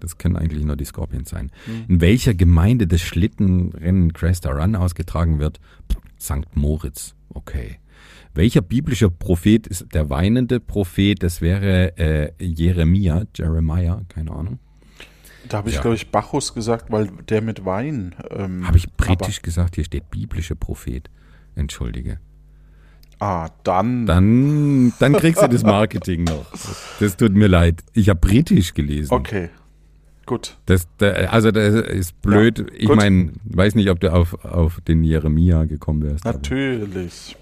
Speaker 2: das können eigentlich nur die Scorpions sein. In welcher Gemeinde das Schlittenrennen Cresta Run ausgetragen wird? St. Moritz, okay. Welcher biblische Prophet ist der weinende Prophet? Das wäre äh, Jeremia, Jeremiah, keine Ahnung.
Speaker 1: Da habe ich,
Speaker 2: Ja.
Speaker 1: glaube ich, Bacchus gesagt, weil der mit Wein. Ähm,
Speaker 2: Habe ich britisch gesagt? Hier steht biblische Prophet. Entschuldige.
Speaker 1: Aber, ah, dann.
Speaker 2: Dann, dann kriegst du das Marketing noch. Das tut mir leid. Ich habe britisch gelesen.
Speaker 1: Okay. Gut.
Speaker 2: Das, da, also das ist blöd.
Speaker 1: Ja,
Speaker 2: ich
Speaker 1: gut.
Speaker 2: meine, weiß nicht, ob du auf, auf den Jeremia gekommen wärst. aber-
Speaker 1: Natürlich.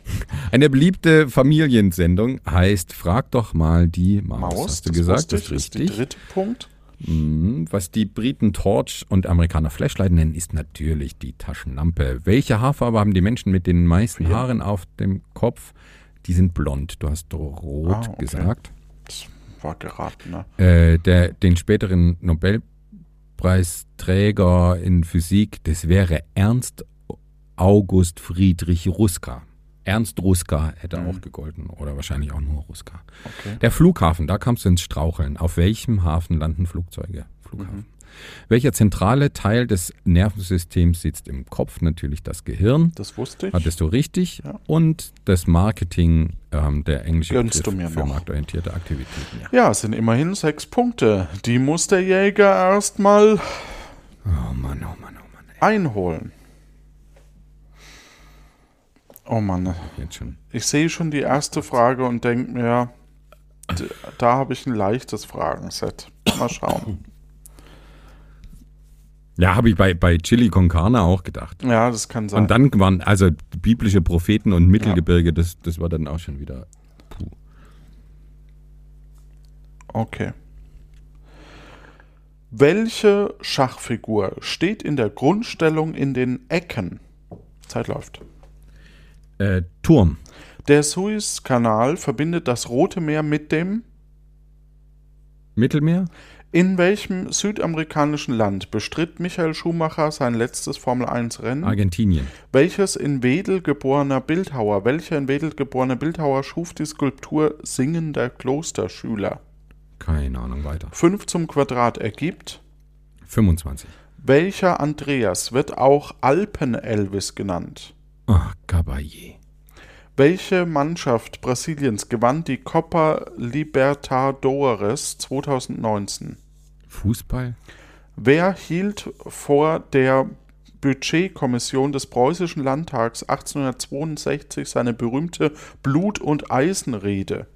Speaker 2: Eine beliebte Familiensendung heißt Frag doch mal die Maus.
Speaker 1: Maus,
Speaker 2: hast du
Speaker 1: das
Speaker 2: gesagt,
Speaker 1: wusste
Speaker 2: das ist
Speaker 1: ich, ist der
Speaker 2: richtig.
Speaker 1: dritte Punkt.
Speaker 2: Mhm. Was die Briten Torch und Amerikaner Flashlight nennen, ist natürlich die Taschenlampe. Welche Haarfarbe haben die Menschen mit den meisten
Speaker 1: Ja.
Speaker 2: Haaren auf dem Kopf? Die sind blond. Du hast rot
Speaker 1: Ah, okay.
Speaker 2: gesagt.
Speaker 1: Das war geraten, ne?
Speaker 2: äh, der, den späteren Nobelpreisträger in Physik, das wäre Ernst August Friedrich Ruska. Ernst Ruska hätte
Speaker 1: Mhm.
Speaker 2: auch gegolten oder wahrscheinlich auch nur Ruska.
Speaker 1: Okay.
Speaker 2: Der Flughafen, da kamst du ins Straucheln. Auf welchem Hafen landen Flugzeuge? Flughafen.
Speaker 1: Mhm.
Speaker 2: Welcher zentrale Teil des Nervensystems sitzt im Kopf? Natürlich das Gehirn.
Speaker 1: Das wusste ich.
Speaker 2: Hattest du richtig.
Speaker 1: Ja.
Speaker 2: Und das Marketing, ähm, der englische
Speaker 1: Gönnst
Speaker 2: Begriff
Speaker 1: du mir
Speaker 2: für
Speaker 1: noch.
Speaker 2: marktorientierte Aktivitäten. Ja.
Speaker 1: ja, es sind immerhin sechs Punkte. Die muss der Jäger erstmal
Speaker 2: Oh Mann, oh Mann, oh Mann.
Speaker 1: einholen. Oh Mann,
Speaker 2: Jetzt schon.
Speaker 1: ich sehe schon die erste Frage und denke mir, d- da habe ich ein leichtes Fragenset. Mal schauen.
Speaker 2: Ja, habe ich bei, bei Chili con Carne auch gedacht.
Speaker 1: Ja, das kann sein.
Speaker 2: Und dann waren also biblische Propheten und Mittelgebirge, das, das war dann auch schon wieder. Puh.
Speaker 1: Okay. Welche Schachfigur steht in der Grundstellung in den Ecken? Zeit läuft.
Speaker 2: Äh, Turm.
Speaker 1: Der Suezkanal verbindet das Rote Meer mit dem.
Speaker 2: Mittelmeer?
Speaker 1: In welchem südamerikanischen Land bestritt Michael Schumacher sein letztes
Speaker 2: Hm?
Speaker 1: Formel-1-Rennen?
Speaker 2: Argentinien.
Speaker 1: Welches in Wedel geborener Bildhauer? Welcher in Wedel geborene Bildhauer schuf die Skulptur Singender Klosterschüler?
Speaker 2: Keine Ahnung weiter.
Speaker 1: 5 zum Quadrat ergibt.
Speaker 2: 25.
Speaker 1: Welcher Andreas wird auch Alpen-Elvis genannt?
Speaker 2: Ah, Caballé.
Speaker 1: Welche Mannschaft Brasiliens gewann die Copa Libertadores 2019?
Speaker 2: Fußball?
Speaker 1: Wer hielt vor der Budgetkommission des Preußischen Landtags 1862 seine berühmte Blut- und Eisenrede?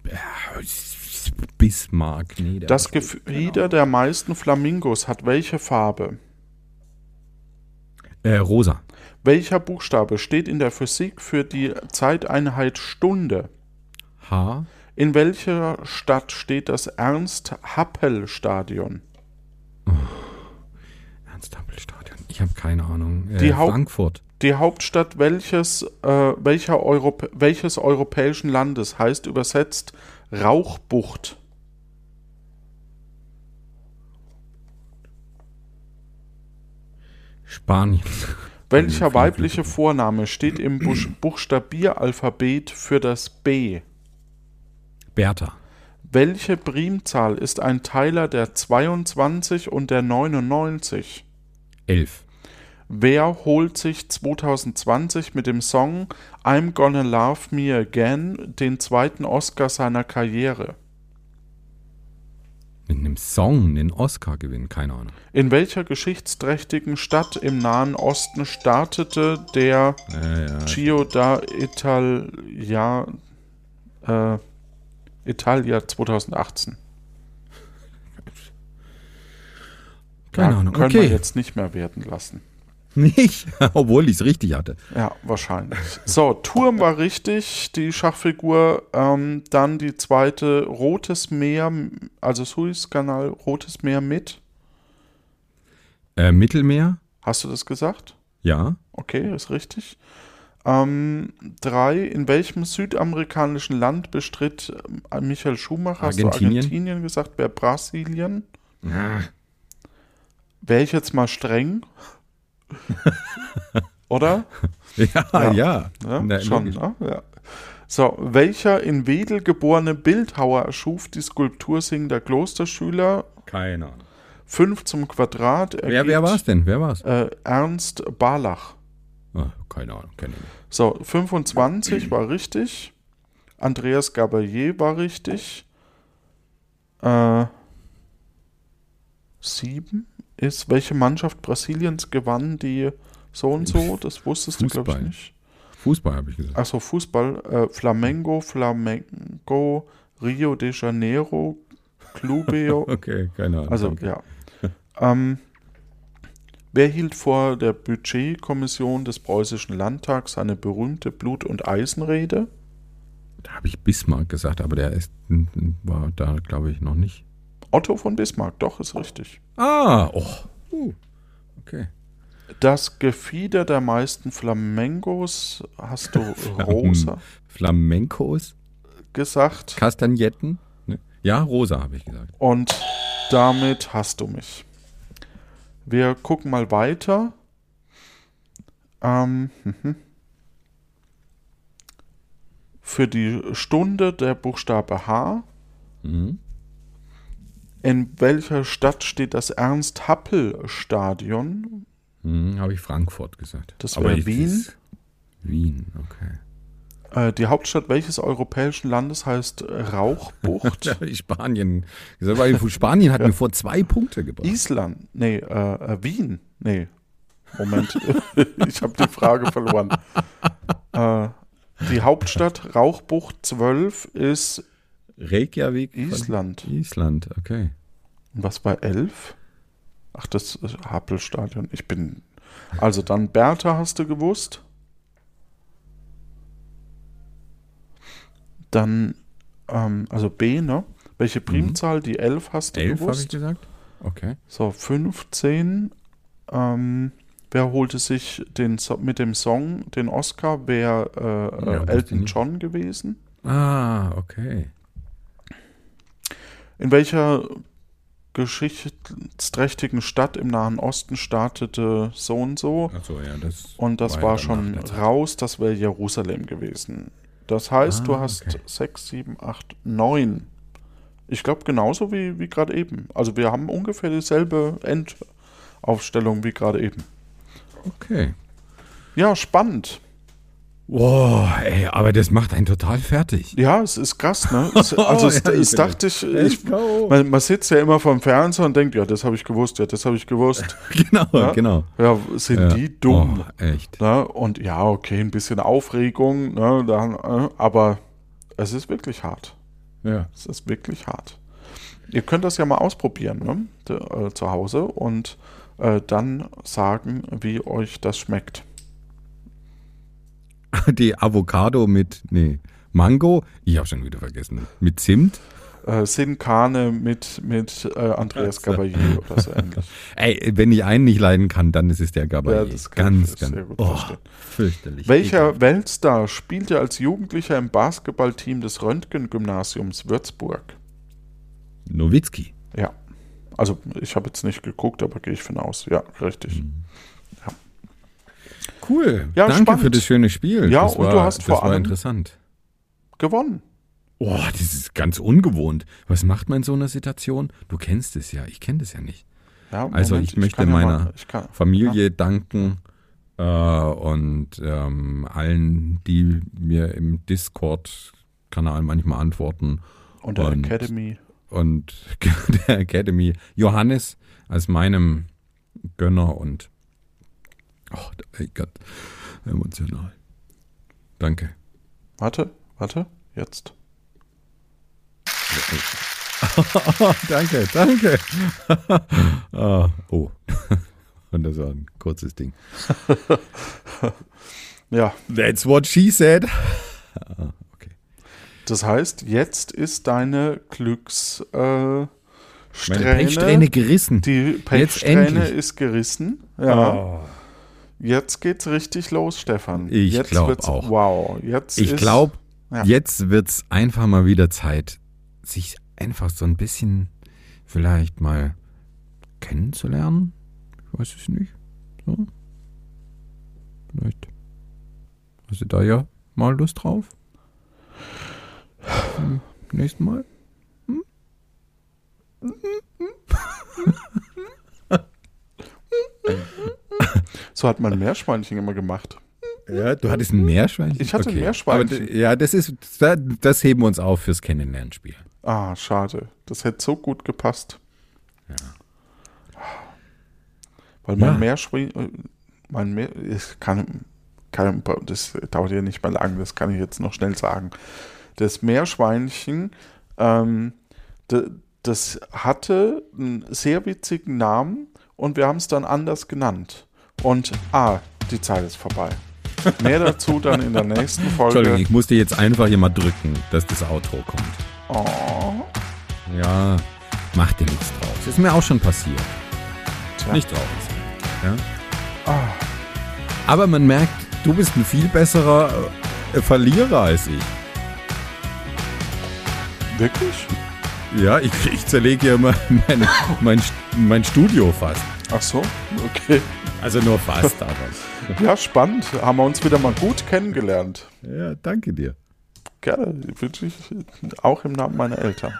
Speaker 2: 1862. Äh, Bismarck. Nee, der
Speaker 1: Das
Speaker 2: war schon-
Speaker 1: Gefieder der meisten Flamingos hat welche Farbe?
Speaker 2: Äh, rosa.
Speaker 1: Welcher Buchstabe steht in der Physik für die Zeiteinheit Stunde?
Speaker 2: H.
Speaker 1: In welcher Stadt steht das Ernst-Happel-Stadion?
Speaker 2: Ernst-Happel-Stadion. Ich habe keine Ahnung. Äh,
Speaker 1: Die Haupt-
Speaker 2: Frankfurt.
Speaker 1: Die Hauptstadt welches, äh, welcher Europ welches europäischen Landes heißt übersetzt Rauchbucht?
Speaker 2: Spanien.
Speaker 1: Welcher
Speaker 2: Fünf
Speaker 1: weibliche Vorname steht im Busch- Buchstabieralphabet für das B?
Speaker 2: Bertha.
Speaker 1: Welche Primzahl ist ein Teiler der 22 und der 99?
Speaker 2: Elf.
Speaker 1: Wer holt sich 2020 mit dem Song I'm Gonna Love Me Again den zweiten Oscar seiner Karriere?
Speaker 2: Mit einem Song den Oscar gewinnen. Keine Ahnung.
Speaker 1: In welcher geschichtsträchtigen Stadt im Nahen Osten startete der
Speaker 2: Äh, ja.
Speaker 1: Giro da Italia, äh, Italia 2018?
Speaker 2: Keine
Speaker 1: ja,
Speaker 2: Ahnung.
Speaker 1: Können wir
Speaker 2: Okay.
Speaker 1: jetzt nicht mehr werden lassen.
Speaker 2: Nicht, obwohl ich es richtig hatte.
Speaker 1: Ja, wahrscheinlich. So, Turm war richtig, die Schachfigur. Ähm, dann die zweite, Rotes Meer, also Suezkanal, Rotes Meer mit.
Speaker 2: Äh, Mittelmeer?
Speaker 1: Hast du das gesagt?
Speaker 2: Ja.
Speaker 1: Okay, ist richtig. Ähm, drei, in welchem südamerikanischen Land bestritt äh, Michael Schumacher? Hast du
Speaker 2: Argentinien.
Speaker 1: Argentinien gesagt? Wer Brasilien? Wäre ich jetzt mal streng? Oder?
Speaker 2: Ja, ja.
Speaker 1: Ja,
Speaker 2: Na,
Speaker 1: schon,
Speaker 2: logisch.
Speaker 1: ne? ja. So, welcher in Wedel geborene Bildhauer erschuf die Skulptur singender Klosterschüler?
Speaker 2: Keine Ahnung.
Speaker 1: Fünf zum Quadrat.
Speaker 2: Wer, wer war es denn? Wer war es?
Speaker 1: Äh, Ernst Barlach.
Speaker 2: Ah, keine Ahnung, kenne ich nicht.
Speaker 1: So, 25 war richtig. Andreas Gabalier war richtig. Äh, sieben ist, welche Mannschaft Brasiliens gewann die so und so? Das wusstest du, glaube ich,
Speaker 2: Fußball.
Speaker 1: nicht.
Speaker 2: Fußball habe ich gesagt.
Speaker 1: Achso, Fußball. Äh, Flamengo, Flamengo, Rio de Janeiro, Clubeo.
Speaker 2: Okay, keine Ahnung.
Speaker 1: also,
Speaker 2: Danke.
Speaker 1: ja. Ähm, wer hielt vor der Budgetkommission des Preußischen Landtags seine berühmte Blut- und Eisenrede?
Speaker 2: Da habe ich Bismarck gesagt, aber der ist, war da, glaube ich, noch nicht.
Speaker 1: Otto von Bismarck, doch, ist richtig.
Speaker 2: Ah, oh. Uh, okay.
Speaker 1: Das Gefieder der meisten Flamengos, hast du rosa
Speaker 2: Hm. Flamencos,
Speaker 1: gesagt?
Speaker 2: Kastagnetten. Ne? Ja, rosa habe ich gesagt.
Speaker 1: Und damit hast du mich. Wir gucken mal weiter. Ähm, mhm. Für die Stunde der Buchstabe H.
Speaker 2: Mhm.
Speaker 1: In welcher Stadt steht das Ernst-Happel-Stadion?
Speaker 2: Mhm, habe ich Frankfurt gesagt.
Speaker 1: Das
Speaker 2: Aber
Speaker 1: wäre
Speaker 2: ich-
Speaker 1: Wien.
Speaker 2: das- Wien, okay.
Speaker 1: Äh, die Hauptstadt welches europäischen Landes heißt Rauchbucht?
Speaker 2: Da habe ich Spanien gesagt, weil Spanien hat mir vor zwei Punkte gebracht.
Speaker 1: Island? Nee, äh, äh, Wien? Nee. Moment, ich habe die Frage verloren. äh, die Hauptstadt Rauchbucht 12 ist
Speaker 2: Reykjavik.
Speaker 1: Island.
Speaker 2: Island, okay.
Speaker 1: Und was war 11? Ach, das ist Happelstadion. Ich bin. Also dann Bertha hast du gewusst. Dann, ähm, also B, ne? Welche Primzahl? Die 11 hast du
Speaker 2: Mhm. Elf habe
Speaker 1: gewusst.
Speaker 2: ich gesagt. Okay.
Speaker 1: So, 15. Ähm, wer holte sich den so mit dem Song den Oscar? Wäre äh, äh,
Speaker 2: Ja, wusste
Speaker 1: Elton
Speaker 2: nicht.
Speaker 1: John gewesen.
Speaker 2: Ah, okay.
Speaker 1: In welcher geschichtsträchtigen Stadt im Nahen Osten startete so und so?
Speaker 2: Achso, ja, das.
Speaker 1: Und das
Speaker 2: War
Speaker 1: war,
Speaker 2: ja danach
Speaker 1: schon
Speaker 2: der Zeit.
Speaker 1: raus, das wäre Jerusalem gewesen. Das heißt, du
Speaker 2: Ah,
Speaker 1: hast
Speaker 2: okay.
Speaker 1: 6, 7, 8, 9. Ich glaube genauso wie, wie gerade eben. Also wir haben ungefähr dieselbe Endaufstellung wie gerade eben.
Speaker 2: Okay.
Speaker 1: Ja, spannend.
Speaker 2: Wow, ey, aber das macht einen total fertig.
Speaker 1: Ja, es ist krass, ne? Es, also
Speaker 2: Oh,
Speaker 1: es,
Speaker 2: ja,
Speaker 1: es
Speaker 2: ich
Speaker 1: dachte ich,
Speaker 2: Let's
Speaker 1: ich
Speaker 2: go.
Speaker 1: man, man sitzt ja immer vorm Fernseher und denkt, ja, das habe ich gewusst, ja, das habe ich gewusst.
Speaker 2: Genau,
Speaker 1: Ja.
Speaker 2: genau.
Speaker 1: Ja, sind
Speaker 2: Ja.
Speaker 1: die dumm?
Speaker 2: Oh, echt.
Speaker 1: Ne? Und ja, okay, ein bisschen Aufregung, ne? Dann, äh, aber es ist wirklich hart.
Speaker 2: Ja.
Speaker 1: Es ist wirklich hart. Ihr könnt das ja mal ausprobieren ne? D äh, zu Hause und äh, dann sagen, wie euch das schmeckt.
Speaker 2: Die Avocado mit, nee, Mango, ich habe schon wieder vergessen, mit Zimt.
Speaker 1: Äh, Sin Carne mit, mit äh, Andreas Gabalier oder so ähnlich.
Speaker 2: Ey, wenn ich einen nicht leiden kann, dann ist es der Gabalier.
Speaker 1: Ja, das kann
Speaker 2: ganz,
Speaker 1: ich sehr
Speaker 2: ganz.
Speaker 1: gut
Speaker 2: oh,
Speaker 1: verstehen.
Speaker 2: fürchterlich.
Speaker 1: Welcher Weltstar spielte als Jugendlicher im Basketballteam des Röntgen-Gymnasiums Würzburg?
Speaker 2: Ekelhaft. Nowitzki.
Speaker 1: Ja. Also ich habe jetzt nicht geguckt, aber gehe ich von aus. Ja, richtig.
Speaker 2: Mhm. Cool.
Speaker 1: Ja,
Speaker 2: Danke
Speaker 1: spannend.
Speaker 2: für das schöne Spiel.
Speaker 1: Ja,
Speaker 2: das
Speaker 1: und
Speaker 2: war,
Speaker 1: du hast
Speaker 2: das
Speaker 1: vor
Speaker 2: war
Speaker 1: allem-
Speaker 2: interessant.
Speaker 1: Gewonnen.
Speaker 2: Oh, das ist ganz ungewohnt. Was macht man in so einer Situation? Du kennst es ja, ich kenne das ja nicht.
Speaker 1: Ja,
Speaker 2: Also ich möchte
Speaker 1: kann ja
Speaker 2: meiner
Speaker 1: mal- ich kann-
Speaker 2: Familie danken äh, und ähm, allen, die mir im Discord-Kanal manchmal antworten
Speaker 1: Und der
Speaker 2: Und-
Speaker 1: Academy.
Speaker 2: und der Academy Johannes als meinem Gönner und oh ey Gott, emotional. Danke.
Speaker 1: Warte, warte, jetzt.
Speaker 2: danke, danke. ah, oh. Und das war ein kurzes Ding.
Speaker 1: Ja,
Speaker 2: That's what she said. Ah, okay.
Speaker 1: das heißt, jetzt ist deine
Speaker 2: Meine
Speaker 1: Glückssträhne. Äh, Strähne-
Speaker 2: Pechsträhne gerissen.
Speaker 1: Die Pechsträhne
Speaker 2: endlich. Ah.
Speaker 1: ist gerissen. Ja. Jetzt geht's richtig los, Stefan.
Speaker 2: Ich
Speaker 1: Jetzt
Speaker 2: glaub
Speaker 1: wird's-
Speaker 2: auch.
Speaker 1: Wow, jetzt
Speaker 2: Ich
Speaker 1: ist-
Speaker 2: glaube,
Speaker 1: Ja.
Speaker 2: jetzt wird's einfach mal wieder Zeit, sich einfach so ein bisschen vielleicht mal kennenzulernen. Ich weiß es nicht. So. Vielleicht hast du da ja mal Lust drauf. Beim nächsten Mal.
Speaker 1: So hat mein Meerschweinchen immer gemacht.
Speaker 2: Ja, du hattest ein Meerschweinchen.
Speaker 1: Ich hatte ein Meerschweinchen.
Speaker 2: Aber d- ja, das ist, da- das heben wir uns auf fürs Kennenlernspiel.
Speaker 1: Ah, schade. Das hätte so gut gepasst. Weil mein
Speaker 2: Ja.
Speaker 1: Meerschweinchen, mein Meer, ich kann, kann, das dauert ja nicht mal lang, das kann ich jetzt noch schnell sagen. Das Meerschweinchen, ähm, d- das hatte einen sehr witzigen Namen und wir haben es dann anders genannt. Und ah, die Zeit ist vorbei. Mehr dazu dann in der nächsten
Speaker 2: Entschuldigung,
Speaker 1: Folge.
Speaker 2: ich musste jetzt einfach hier mal drücken, dass das Outro kommt.
Speaker 1: Oh,
Speaker 2: Ja, mach dir nichts draus. Ist mir auch schon passiert.
Speaker 1: tja. Ah.
Speaker 2: Nicht traurig sein. Ja? Aber man merkt, du bist ein viel besserer äh, Verlierer als ich.
Speaker 1: Wirklich?
Speaker 2: Ja, ich, ich zerlege hier mein, mein, mein, St- mein Studio fast.
Speaker 1: Ach so, okay.
Speaker 2: Also nur fast, aber.
Speaker 1: Ja, spannend. Haben wir uns wieder mal gut kennengelernt.
Speaker 2: Ja, danke dir.
Speaker 1: Gerne. Wünsche ich auch im Namen meiner Eltern.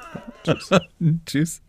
Speaker 2: Hm, Tschüss.